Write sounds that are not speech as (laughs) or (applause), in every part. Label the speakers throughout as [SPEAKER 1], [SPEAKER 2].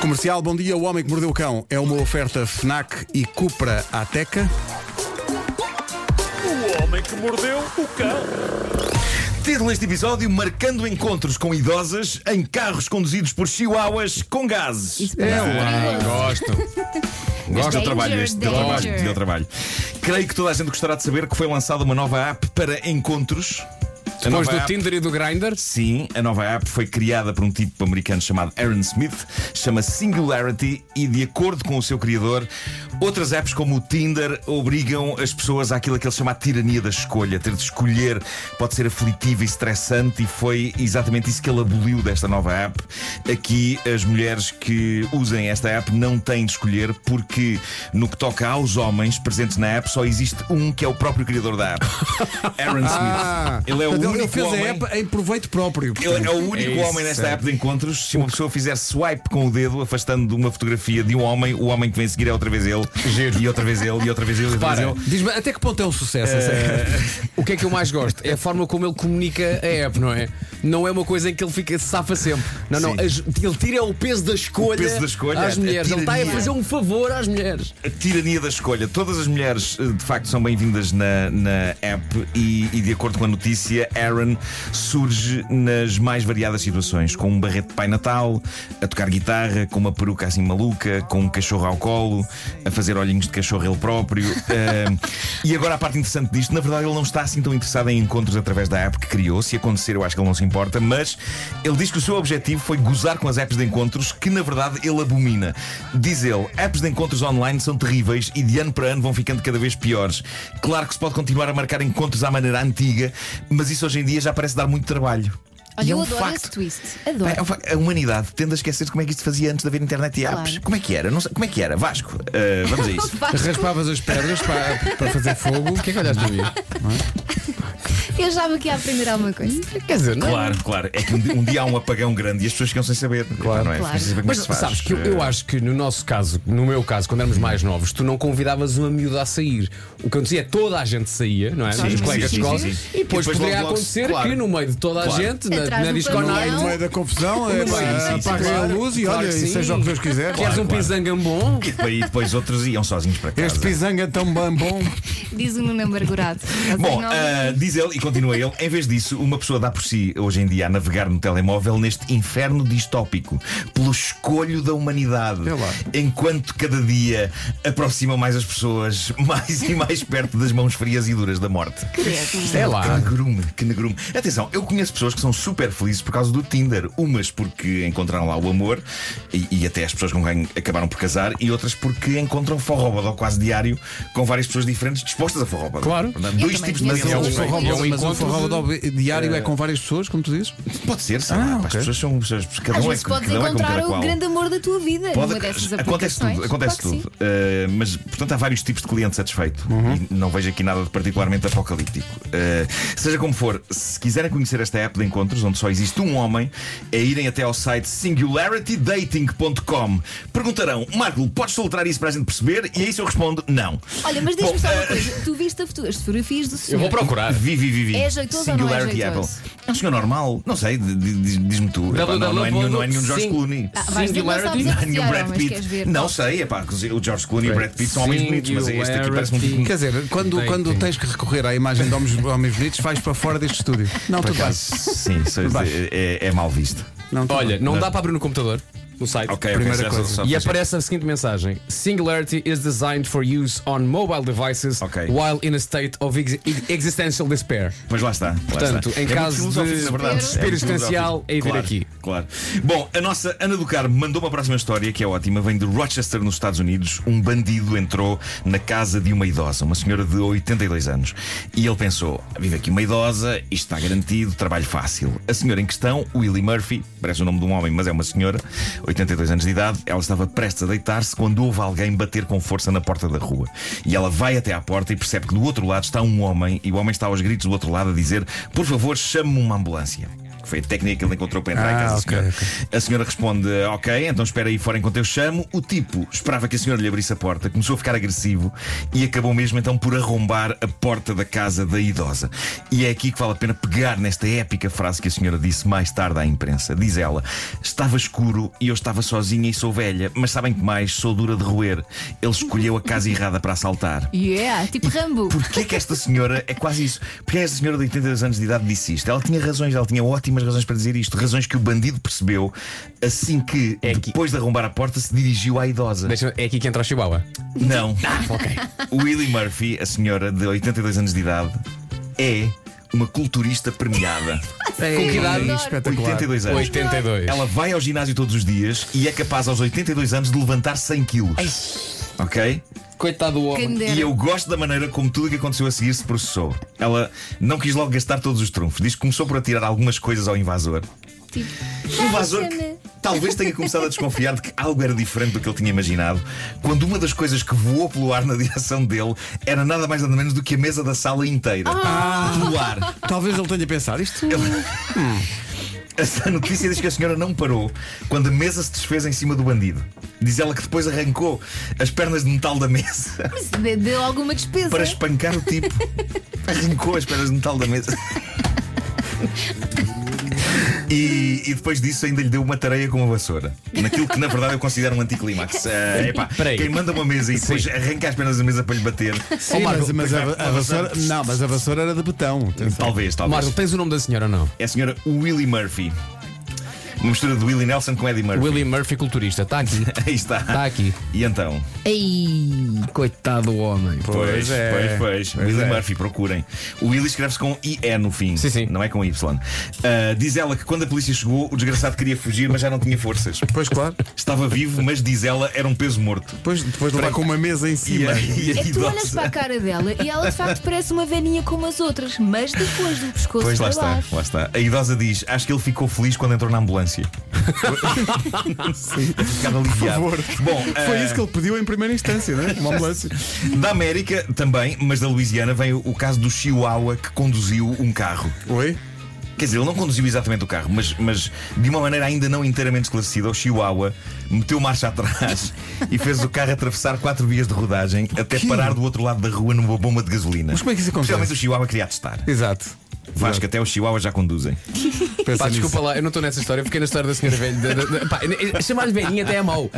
[SPEAKER 1] Comercial, bom dia. O Homem que Mordeu o Cão é uma oferta Fnac e Cupra Ateca.
[SPEAKER 2] O homem que mordeu o cão.
[SPEAKER 3] Título deste episódio: Marcando encontros com idosas em carros conduzidos por chihuahuas com gases.
[SPEAKER 1] É
[SPEAKER 3] gosto. Gosto do trabalho este, deu
[SPEAKER 4] Danger,
[SPEAKER 3] trabalho,
[SPEAKER 4] danger.
[SPEAKER 3] deu trabalho. Creio que toda a gente gostará de saber que foi lançada uma nova app para encontros. A
[SPEAKER 5] Depois
[SPEAKER 3] nova
[SPEAKER 5] do
[SPEAKER 3] app-
[SPEAKER 5] Tinder e do Grindr,
[SPEAKER 3] Sim, a nova app foi criada por um tipo americano chamado Aaron Smith, chama Singularity e, de acordo com o seu criador, outras apps como o Tinder obrigam as pessoas àquilo que ele chama a tirania da escolha. Ter de escolher pode ser aflitivo e estressante e foi exatamente isso que ele aboliu desta nova app. Aqui as mulheres que usem esta app não têm de escolher porque no que toca aos homens presentes na app só existe um que é o próprio criador da app, Aaron Smith. ele é o
[SPEAKER 1] Portanto,
[SPEAKER 3] único
[SPEAKER 1] ele, ele fez
[SPEAKER 3] homem...
[SPEAKER 1] a app em proveito próprio.
[SPEAKER 3] Ele é o único
[SPEAKER 5] isso,
[SPEAKER 3] homem nesta app de encontros. Se uma pessoa fizer swipe com o dedo, afastando de uma fotografia de um homem, o homem que vem seguir é outra vez ele. E outra vez ele, e outra vez ele, e outra vez
[SPEAKER 5] Repara.
[SPEAKER 3] ele.
[SPEAKER 1] Diz-me, até que ponto é um sucesso? essa app?
[SPEAKER 5] o que é que eu mais gosto? É a forma como ele comunica a app, não é? Não é uma coisa em que ele fica se safa sempre. Não, não.
[SPEAKER 3] Sim.
[SPEAKER 5] as- ele tira o peso da escolha,
[SPEAKER 3] O peso da escolha,
[SPEAKER 5] às
[SPEAKER 3] a
[SPEAKER 5] mulheres. Ele está a
[SPEAKER 3] tirania.
[SPEAKER 5] fazer um favor às mulheres.
[SPEAKER 3] A tirania da escolha. Todas as mulheres, eh, de facto, são bem-vindas na, na app e, e, de acordo com a notícia, Aaron surge nas mais variadas situações. Com um barrete de Pai Natal, a tocar guitarra, com uma peruca assim maluca, com um cachorro ao colo, a fazer olhinhos de cachorro ele próprio. Eh, (laughs) e agora a parte interessante disto, na verdade, ele não está assim tão interessado em encontros através da app que criou. Se acontecer, eu acho que ele não se importa, mas ele diz que o seu objetivo foi gozar com as apps de encontros que, na verdade, ele abomina. Diz ele, apps de encontros online são terríveis e de ano para ano vão ficando cada vez piores. Claro que se pode continuar a marcar encontros à maneira antiga, mas isso hoje em dia já parece dar muito trabalho.
[SPEAKER 4] Olha,
[SPEAKER 3] E é
[SPEAKER 4] eu
[SPEAKER 3] um
[SPEAKER 4] adoro
[SPEAKER 3] facto.
[SPEAKER 4] esse twist.
[SPEAKER 3] Pá,
[SPEAKER 4] Adoro.
[SPEAKER 3] é um fa- A humanidade tende a esquecer de como é que isto se fazia antes de haver internet e apps.
[SPEAKER 4] Claro.
[SPEAKER 3] Como é que era? Não sei- como é que era? Vasco, eh, vamos a isso.
[SPEAKER 5] Raspavas as pedras para, para fazer fogo. O que é que olhaste para mim?
[SPEAKER 4] Eu já vou aqui a aprender alguma coisa.
[SPEAKER 5] Quer dizer, não é?
[SPEAKER 3] Claro, claro. É que um di- um dia há um apagão grande e as pessoas ficam sem saber. Claro, não é? Ficam
[SPEAKER 4] Claro.
[SPEAKER 3] sem saber como
[SPEAKER 5] Mas
[SPEAKER 3] é que se faz.
[SPEAKER 5] sabes que eu, eu
[SPEAKER 3] Eh,
[SPEAKER 5] acho que no nosso caso, no meu caso, quando éramos mais novos, tu não convidavas uma miúda a sair. O que acontecia é toda a gente saía, não é?
[SPEAKER 4] Sim,
[SPEAKER 5] Os
[SPEAKER 4] sim,
[SPEAKER 5] colegas
[SPEAKER 4] sim,
[SPEAKER 5] de escola.
[SPEAKER 4] sim, sim.
[SPEAKER 5] E
[SPEAKER 3] E
[SPEAKER 5] depois,
[SPEAKER 3] depois logo,
[SPEAKER 5] poderia
[SPEAKER 3] logo,
[SPEAKER 5] acontecer
[SPEAKER 3] claro.
[SPEAKER 5] que no meio de toda a
[SPEAKER 3] Claro.
[SPEAKER 5] gente, na,
[SPEAKER 4] Atrás
[SPEAKER 5] na
[SPEAKER 4] do
[SPEAKER 5] disconaia.
[SPEAKER 4] pavilhão.
[SPEAKER 1] No meio da confusão, é, pá,
[SPEAKER 3] Sim, sim, sim,
[SPEAKER 1] apaguem
[SPEAKER 5] claro.
[SPEAKER 1] a luz e
[SPEAKER 5] Claro
[SPEAKER 1] olha,
[SPEAKER 5] que
[SPEAKER 1] e
[SPEAKER 5] sim.
[SPEAKER 1] seja o que Deus quiser.
[SPEAKER 5] Queres um
[SPEAKER 3] claro.
[SPEAKER 5] pisangam bom?
[SPEAKER 3] E depois, depois outros iam sozinhos para casa.
[SPEAKER 1] Este pisanga é tão bem bom.
[SPEAKER 4] Diz o Nuno amargurado. Vocês
[SPEAKER 3] Bom,
[SPEAKER 4] não-
[SPEAKER 3] ah, diz ele e continua ele, em vez disso, uma pessoa dá por si hoje em dia a navegar no telemóvel neste inferno distópico, pelo escolho da humanidade.
[SPEAKER 1] Vê lá.
[SPEAKER 3] Enquanto cada dia aproxima mais as pessoas, (laughs) mais e mais perto das mãos frias e duras da morte.
[SPEAKER 4] credo.
[SPEAKER 5] É lá.
[SPEAKER 3] Que negrume, que negrume. Atenção, eu conheço pessoas que são super felizes por causa do Tinder. Umas porque encontraram lá o amor e, e até as pessoas com quem acabaram por casar, e outras porque encontram forrobodó quase diário com várias pessoas diferentes dispostas a forrobodó.
[SPEAKER 5] Claro.
[SPEAKER 3] Portanto, Dois
[SPEAKER 4] também
[SPEAKER 3] tipos de
[SPEAKER 4] conheço
[SPEAKER 1] Mas
[SPEAKER 4] é um
[SPEAKER 3] material
[SPEAKER 1] o
[SPEAKER 3] diferente.
[SPEAKER 4] pessoas.
[SPEAKER 1] forró-
[SPEAKER 5] é um
[SPEAKER 1] mas o
[SPEAKER 5] encontro
[SPEAKER 1] forró diário é com várias pessoas, como tu dizes?
[SPEAKER 3] Pode ser,
[SPEAKER 5] Ah,
[SPEAKER 3] sei lá, pá, as pessoas são. pessoas- Cada
[SPEAKER 4] Às
[SPEAKER 3] um é,
[SPEAKER 4] vezes podes
[SPEAKER 3] cada um é como
[SPEAKER 4] encontrar
[SPEAKER 3] cada
[SPEAKER 4] o
[SPEAKER 3] qual.
[SPEAKER 4] grande amor da tua vida
[SPEAKER 3] Pode-
[SPEAKER 4] numa dessas
[SPEAKER 3] acontece
[SPEAKER 4] aplicações.
[SPEAKER 3] tudo, acontece
[SPEAKER 4] Claro que
[SPEAKER 3] tudo. Uh, mas, portanto, há vários tipos de cliente satisfeito.
[SPEAKER 5] Uhum.
[SPEAKER 3] E não vejo aqui nada de particularmente apocalíptico. Uh, seja como for, se quiserem conhecer esta app de encontros, onde só existe um homem, é irem até ao site singularitydating.com. Perguntarão, Marco, podes soltar isso para a gente perceber? E a isso eu respondo, não.
[SPEAKER 4] sim. Olha, mas diz-me
[SPEAKER 3] Bom,
[SPEAKER 4] só
[SPEAKER 3] eh,
[SPEAKER 4] uma coisa. Tu viste a foto- as fotografias do senhor?
[SPEAKER 5] Eu vou procurar.
[SPEAKER 3] Vi, vi, vi, vi.
[SPEAKER 4] É jeitoso ou não é
[SPEAKER 3] Singularity Apple.
[SPEAKER 4] jeitoso?
[SPEAKER 3] É um senhor normal? Não sei, di- di- diz- diz-me tu. Epá, não, não é nenhum, não é nenhum George
[SPEAKER 5] Sim.
[SPEAKER 3] Clooney.
[SPEAKER 4] Ah, vais dizer que não
[SPEAKER 3] (laughs)
[SPEAKER 4] sabes
[SPEAKER 3] Não há nenhum
[SPEAKER 4] apreciar
[SPEAKER 3] Brad
[SPEAKER 4] homens, queres
[SPEAKER 3] Pitt.
[SPEAKER 4] ver?
[SPEAKER 3] Não sei, é pá, o George Clooney e o Brad Pitt são homens bonitos, mas este aqui parece um.
[SPEAKER 1] Quer dizer, quando,
[SPEAKER 5] Tem,
[SPEAKER 1] quando
[SPEAKER 5] tem.
[SPEAKER 1] tens que recorrer à imagem de homens, homens bonitos, vais para fora deste estúdio. Não,
[SPEAKER 3] Por
[SPEAKER 1] tu
[SPEAKER 5] (laughs)
[SPEAKER 3] acaso,
[SPEAKER 1] vais.
[SPEAKER 3] Sim, sei-
[SPEAKER 1] Vai.
[SPEAKER 3] é, é mal visto.
[SPEAKER 1] Não, tu
[SPEAKER 5] Olha, não dá para abrir no computador, no site.
[SPEAKER 3] Ok,
[SPEAKER 1] Primeira
[SPEAKER 3] ok,
[SPEAKER 1] coisa.
[SPEAKER 3] só- só-
[SPEAKER 5] E
[SPEAKER 3] só-
[SPEAKER 5] aparece a seguinte mensagem: Singularity is designed for use on mobile devices
[SPEAKER 3] Ok.
[SPEAKER 5] while in a state of ex- existential despair.
[SPEAKER 3] Pois lá está. lá
[SPEAKER 5] Portanto,
[SPEAKER 3] está.
[SPEAKER 5] em
[SPEAKER 3] É muito
[SPEAKER 5] caso de
[SPEAKER 3] filosófico, na verdade.
[SPEAKER 5] desespero
[SPEAKER 3] É muito
[SPEAKER 5] existencial,
[SPEAKER 3] filosófico.
[SPEAKER 5] é ir vir
[SPEAKER 3] Claro,
[SPEAKER 5] aqui.
[SPEAKER 3] Claro. Bom, a nossa Ana do Carmo mandou uma próxima história que é ótima. Vem de Rochester, nos Estados Unidos. Um bandido entrou na casa de uma idosa, uma senhora de 82 anos. E ele pensou: vive aqui uma idosa, isto está garantido, trabalho fácil. A senhora em questão, Willie Murphy, parece o nome de um homem, mas é uma senhora, 82 anos de idade. Ela estava prestes a deitar-se quando ouve alguém bater com força na porta da rua. E ela vai até à porta e percebe que do outro lado está um homem, e o homem está aos gritos do outro lado a dizer: por favor, chame-me uma ambulância. que foi a técnica que ele encontrou para entrar
[SPEAKER 1] Ah,
[SPEAKER 3] em casa. da
[SPEAKER 1] ok,
[SPEAKER 3] senhora.
[SPEAKER 1] ok.
[SPEAKER 3] A senhora responde: Ok, então espera aí fora enquanto eu chamo. O tipo esperava que a senhora lhe abrisse a porta, começou a ficar agressivo e acabou mesmo então por arrombar a porta da casa da idosa. E é aqui que vale a pena pegar nesta épica frase que a senhora disse mais tarde à imprensa. Diz ela: Estava escuro e eu estava sozinha e sou velha, mas sabem que mais? Sou dura de roer. Ele escolheu a casa errada para assaltar.
[SPEAKER 4] Yeah, tipo Rambo.
[SPEAKER 3] Porquê que esta senhora, é quase isso, porque esta senhora de 82 anos de idade disse isto? Ela tinha razões, ela tinha ótimas razões para dizer isto, razões que o bandido percebeu assim que, depois de arrombar a porta, se dirigiu à idosa.
[SPEAKER 5] Deixa- é aqui que entra o Chihuahua.
[SPEAKER 3] Não. Willie Murphy, a senhora de 82 anos de idade, é uma culturista premiada.
[SPEAKER 5] Com que idade?
[SPEAKER 4] Adoro.
[SPEAKER 3] 82 anos.
[SPEAKER 5] 82.
[SPEAKER 3] Ela vai ao ginásio todos os dias e é capaz aos 82 anos de levantar 100 quilos. Ok?
[SPEAKER 5] Coitado do homem.
[SPEAKER 4] Candeiro.
[SPEAKER 3] E eu gosto da maneira como tudo o que aconteceu a seguir se processou. Ela não quis logo gastar todos os trunfos. Diz que começou por atirar algumas coisas ao invasor.
[SPEAKER 4] Tipo,
[SPEAKER 3] Um invasor que
[SPEAKER 4] cena.
[SPEAKER 3] talvez tenha começado a desconfiar de que algo era diferente do que ele tinha imaginado, quando uma das coisas que voou pelo ar na direção dele era nada mais nada menos do que a mesa da sala inteira. Pelo ar.
[SPEAKER 1] Talvez ele tenha pensado isto.
[SPEAKER 3] Essa notícia diz que a senhora não parou quando a mesa se desfez em cima do bandido. Diz ela que depois arrancou as pernas de metal da mesa
[SPEAKER 4] mas de- deu alguma despesa.
[SPEAKER 3] para espancar o
[SPEAKER 5] (laughs)
[SPEAKER 3] tipo. Arrancou as pernas de metal da mesa. E, e depois disso ainda lhe deu uma tareia com uma vassoura. Naquilo que na verdade eu considero um
[SPEAKER 5] (laughs)
[SPEAKER 3] anticlimax. Ah, epá,
[SPEAKER 5] Peraí.
[SPEAKER 3] quem manda uma mesa e depois arranca as pernas da mesa para lhe bater.
[SPEAKER 1] Sim, mas, mas a, a vassoura. Não, mas a vassoura era de betão. atenção.
[SPEAKER 3] Talvez, talvez.
[SPEAKER 5] Marco, tens o nome da senhora ou não?
[SPEAKER 3] É a senhora Willie Murphy. Uma mistura de Willie Nelson com Eddie Murphy.
[SPEAKER 5] Willie Tá. Murphy, culturista. Está aqui.
[SPEAKER 3] Aí está.
[SPEAKER 5] Está aqui.
[SPEAKER 3] E então?
[SPEAKER 4] Ei,
[SPEAKER 5] Coitado do homem.
[SPEAKER 3] Pois,
[SPEAKER 1] Pois é.
[SPEAKER 3] pois, pois.
[SPEAKER 1] Pois
[SPEAKER 3] Willie
[SPEAKER 1] é.
[SPEAKER 3] Murphy, procurem. O Willie escreve-se com IE no fim,
[SPEAKER 5] Sim, sim.
[SPEAKER 3] não é com Y. Ah, diz ela que quando a polícia chegou, o desgraçado queria fugir, mas já não tinha forças.
[SPEAKER 1] Pois claro.
[SPEAKER 3] Estava vivo, mas diz ela, era um peso morto.
[SPEAKER 1] Depois, depois de levar com uma mesa em
[SPEAKER 3] E
[SPEAKER 1] cima.
[SPEAKER 3] a, e a
[SPEAKER 4] é que tu olhas
[SPEAKER 3] idosa.
[SPEAKER 4] para a cara dela e ela de facto parece uma velhinha como as outras, mas depois do pescoço
[SPEAKER 3] Pois lá
[SPEAKER 4] para
[SPEAKER 3] está,
[SPEAKER 4] baixo.
[SPEAKER 3] lá está. A idosa diz: Acho que ele ficou feliz quando entrou na ambulância.
[SPEAKER 5] (laughs)
[SPEAKER 3] Ficava aliviado.
[SPEAKER 1] Por favor.
[SPEAKER 3] Bom,
[SPEAKER 1] (laughs) Foi
[SPEAKER 5] eh,
[SPEAKER 3] ah,
[SPEAKER 1] isso que ele pediu em primeira instância, não é? Uma ambulância.
[SPEAKER 3] da América também, mas da Louisiana, vem o, o caso do Chihuahua que conduziu um carro.
[SPEAKER 1] Oi?
[SPEAKER 3] Quer dizer, ele não conduziu exatamente o carro, mas, mas de uma maneira ainda não inteiramente esclarecida, o Chihuahua meteu marcha atrás
[SPEAKER 1] (laughs)
[SPEAKER 3] e fez o carro atravessar quatro vias de rodagem até
[SPEAKER 1] quê?
[SPEAKER 3] parar do outro lado da rua numa bomba de gasolina.
[SPEAKER 1] Mas como é que isso acontece?
[SPEAKER 3] Realmente o Chihuahua queria testar.
[SPEAKER 1] Exato.
[SPEAKER 3] Vasco, até os Chihuahuas já conduzem.
[SPEAKER 1] Pensa
[SPEAKER 5] Pá,
[SPEAKER 1] nisso.
[SPEAKER 5] desculpa lá, eu não estou nessa história, eu fiquei na história da senhora velha. da- da- da- pá, eh, Chamar-lhe velhinha até é mau.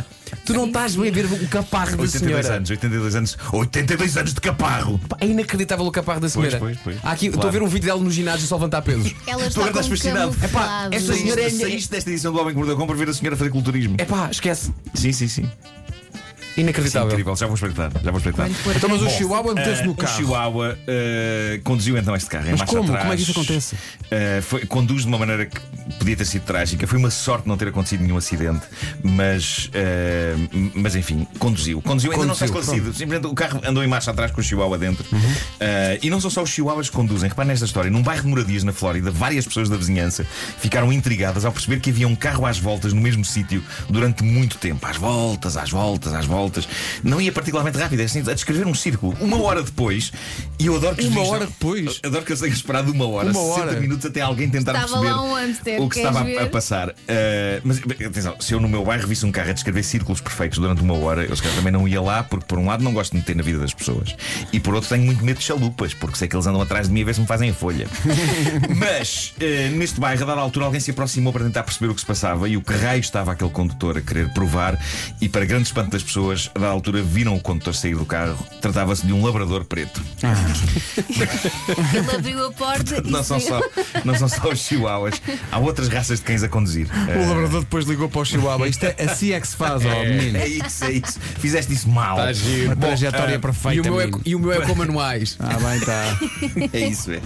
[SPEAKER 5] Tu não estás bem a ver o caparro da
[SPEAKER 3] 82
[SPEAKER 1] é-
[SPEAKER 5] senhora.
[SPEAKER 3] anos, 82 anos, 82 anos de caparro!
[SPEAKER 5] Pá, É inacreditável o caparro da senhora.
[SPEAKER 3] pois, pois.
[SPEAKER 5] Há aqui, Estou a ver um vídeo dela no ginásio só levantar pesos.
[SPEAKER 4] Ela
[SPEAKER 3] Tu agora
[SPEAKER 4] está
[SPEAKER 3] estás
[SPEAKER 4] com um
[SPEAKER 3] fascinado.
[SPEAKER 4] camuflado.
[SPEAKER 5] Epá, esta senhora é a
[SPEAKER 3] Saíste,
[SPEAKER 5] minha-
[SPEAKER 3] saíste desta edição do Homem que Mordeu a Cão para ver a senhora fazer culturismo.
[SPEAKER 5] É pá, esquece.
[SPEAKER 3] Sim, sim, sim. Sim,
[SPEAKER 5] Inacreditável.
[SPEAKER 3] incrível. Já vou espreitar. Já vou espreitar.
[SPEAKER 4] Quando for
[SPEAKER 1] Então, mas o
[SPEAKER 3] Bom,
[SPEAKER 1] Chihuahua meteu-se
[SPEAKER 3] eh,
[SPEAKER 1] no
[SPEAKER 3] O
[SPEAKER 1] carro.
[SPEAKER 3] Chihuahua eh, conduziu então este carro. em
[SPEAKER 1] Mas
[SPEAKER 3] marcha
[SPEAKER 1] como?
[SPEAKER 3] Atrás.
[SPEAKER 1] Como é que isso acontece?
[SPEAKER 3] Eh, foi- conduz de uma maneira que podia ter sido trágica. Foi uma sorte não ter acontecido nenhum acidente, mas, eh, mas enfim, conduziu. Conduziu, ainda não está
[SPEAKER 1] Conduziu,
[SPEAKER 3] esclarecido. Simplesmente o carro andou em marcha atrás com o Chihuahua dentro. Eh, e não são só os Chihuahuas que conduzem. Repare nesta história. Num bairro de moradias na Flórida, várias pessoas da vizinhança ficaram intrigadas ao perceber que havia um carro às voltas no mesmo sítio durante muito tempo. Às voltas, às voltas, às voltas. Não ia particularmente rápido, é assim, a descrever um círculo. Uma hora depois, e eu adoro que os
[SPEAKER 1] Uma
[SPEAKER 3] vizinhos-
[SPEAKER 1] hora depois?
[SPEAKER 3] Adoro que eu tenha esperado uma hora,
[SPEAKER 1] Uma
[SPEAKER 3] 60
[SPEAKER 1] hora.
[SPEAKER 3] minutos até alguém tentar
[SPEAKER 4] Estava
[SPEAKER 3] perceber
[SPEAKER 4] lá um hamster,
[SPEAKER 3] o que
[SPEAKER 4] queres
[SPEAKER 3] estava
[SPEAKER 4] ver?
[SPEAKER 3] a, a passar. Eh, mas bem, atenção, se eu no meu bairro visse um carro a descrever círculos perfeitos durante uma hora, eu se calhar também não ia lá, porque por um lado não gosto de meter na vida das pessoas e por outro tenho muito medo de chalupas, porque sei que eles andam atrás de mim a ver se me fazem a folha. mas eh, neste bairro, a dada altura, alguém se aproximou para tentar perceber o que se passava e o que raio estava aquele condutor a querer provar. E para grande espanto das pessoas, a dada altura viram o condutor sair do carro. Tratava-se de um labrador preto.
[SPEAKER 4] Ele abriu a porta e
[SPEAKER 3] Não são,
[SPEAKER 4] saiu.
[SPEAKER 3] só, não são só os chihuahuas, há outras raças de cães a conduzir.
[SPEAKER 1] O
[SPEAKER 3] Eh,
[SPEAKER 1] labrador depois ligou para o Chihuahua. Isto é assim é que se faz, ó menino.
[SPEAKER 3] É isso, é isso. Fizeste isso mal.
[SPEAKER 5] Tá giro.
[SPEAKER 1] Uma
[SPEAKER 5] Bom,
[SPEAKER 1] trajetória
[SPEAKER 5] e,
[SPEAKER 1] perfeita.
[SPEAKER 5] o meu é,
[SPEAKER 1] menino.
[SPEAKER 5] e o meu é com manuais.
[SPEAKER 1] Ah, bem,
[SPEAKER 5] (laughs)
[SPEAKER 1] tá.
[SPEAKER 3] É isso, é.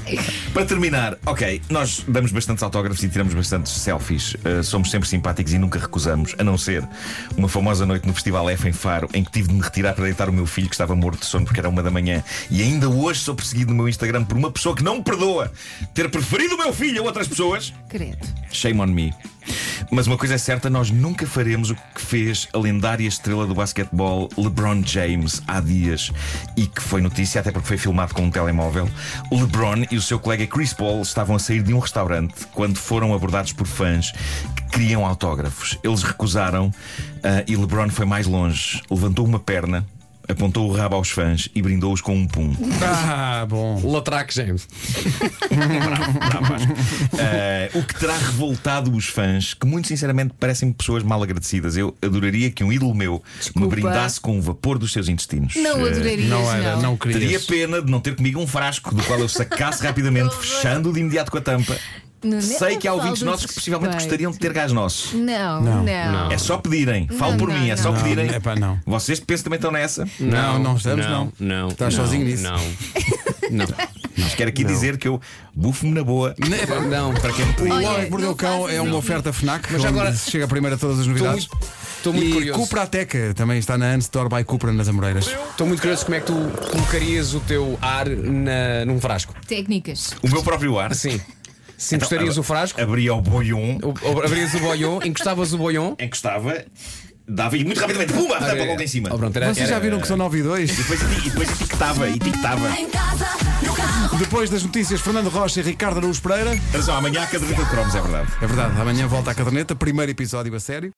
[SPEAKER 3] Para terminar, ok, nós damos bastantes autógrafos e tiramos bastantes selfies. Uh, somos sempre simpáticos e nunca recusamos, a não ser uma famosa noite no Festival F em Faro, em que tive de me retirar para deitar o meu filho que estava morto de sono porque era uma da manhã. E ainda hoje sou perseguido no meu Instagram por uma pessoa que não me perdoa ter preferido o meu filho a outras pessoas.
[SPEAKER 4] Credo.
[SPEAKER 3] Shame on me. Mas uma coisa é certa, nós nunca faremos o que fez a lendária estrela do basquetebol LeBron James há dias e que foi notícia, até porque foi filmado com um telemóvel. O LeBron e o seu colega Chris Paul estavam a sair de um restaurante quando foram abordados por fãs que queriam autógrafos. Eles recusaram ah, e LeBron foi mais longe, levantou uma perna. Apontou o rabo aos fãs e brindou-os com um pum.
[SPEAKER 1] Ah, bom.
[SPEAKER 5] Latraque James.
[SPEAKER 3] Uh, o que terá revoltado os fãs, que muito sinceramente parecem pessoas mal agradecidas. Eu adoraria que um ídolo meu
[SPEAKER 4] Desculpa.
[SPEAKER 3] me brindasse com o vapor dos seus intestinos.
[SPEAKER 4] Não
[SPEAKER 3] Uh,
[SPEAKER 4] adorarias,
[SPEAKER 1] Não
[SPEAKER 4] não.
[SPEAKER 1] era, não queria.
[SPEAKER 3] Teria
[SPEAKER 1] isso.
[SPEAKER 3] pena de não ter comigo um frasco do qual eu sacasse
[SPEAKER 4] (laughs)
[SPEAKER 3] rapidamente, fechando de imediato com a tampa.
[SPEAKER 4] Não, não
[SPEAKER 3] Sei que há
[SPEAKER 4] falo
[SPEAKER 3] ouvintes
[SPEAKER 4] do
[SPEAKER 3] nossos que possivelmente
[SPEAKER 4] respeito.
[SPEAKER 3] gostariam de ter gás nosso.
[SPEAKER 4] Não,
[SPEAKER 1] Não,
[SPEAKER 4] não.
[SPEAKER 3] É só pedirem, falo
[SPEAKER 4] Não,
[SPEAKER 3] por
[SPEAKER 4] não,
[SPEAKER 3] mim, é só
[SPEAKER 4] não.
[SPEAKER 3] pedirem.
[SPEAKER 1] Não, epá, não.
[SPEAKER 3] Vocês penso também estão nessa.
[SPEAKER 1] Não, não estamos, não.
[SPEAKER 5] não. não
[SPEAKER 1] Estás
[SPEAKER 5] não,
[SPEAKER 1] sozinho nisso.
[SPEAKER 5] Não. Não.
[SPEAKER 3] Mas quero aqui dizer que eu bufo-me na boa.
[SPEAKER 5] Não, para quem
[SPEAKER 1] O
[SPEAKER 4] Olha,
[SPEAKER 1] Homem que Mordeu o
[SPEAKER 4] não
[SPEAKER 1] Cão
[SPEAKER 4] fazes
[SPEAKER 1] é uma
[SPEAKER 4] isso.
[SPEAKER 1] oferta Fnac,
[SPEAKER 5] Mas
[SPEAKER 1] onde
[SPEAKER 5] agora-
[SPEAKER 1] se chega primeiro a todas as
[SPEAKER 5] Estou
[SPEAKER 1] novidades.
[SPEAKER 5] muito, estou muito
[SPEAKER 1] e
[SPEAKER 5] curioso.
[SPEAKER 1] Cupra Ateca também está na Unstore by Cupra nas Amoreiras.
[SPEAKER 5] Estou muito curioso como é que tu colocarias o teu ar na, num frasco.
[SPEAKER 4] Técnicas.
[SPEAKER 3] O meu próprio ar. Então,
[SPEAKER 5] Assim. Se encostarias o frasco,
[SPEAKER 3] Abria o boião,
[SPEAKER 5] ou- ou abrias o boião, encostavas o boião.
[SPEAKER 3] encostava, dava e muito rapidamente, pumba, para logo em cima.
[SPEAKER 5] Oh, pronto, era-
[SPEAKER 1] Vocês já
[SPEAKER 5] era-
[SPEAKER 1] viram que são 9 e 2?
[SPEAKER 3] E
[SPEAKER 5] (laughs)
[SPEAKER 3] depois, eti- e depois etiquetava, etiquetava.
[SPEAKER 1] Depois das notícias, Fernando Rocha e Ricardo Araújo Pereira.
[SPEAKER 3] Atenção, amanhã há caderneta de cromos, é verdade.
[SPEAKER 1] É verdade, amanhã volta à caderneta, primeiro episódio a sério.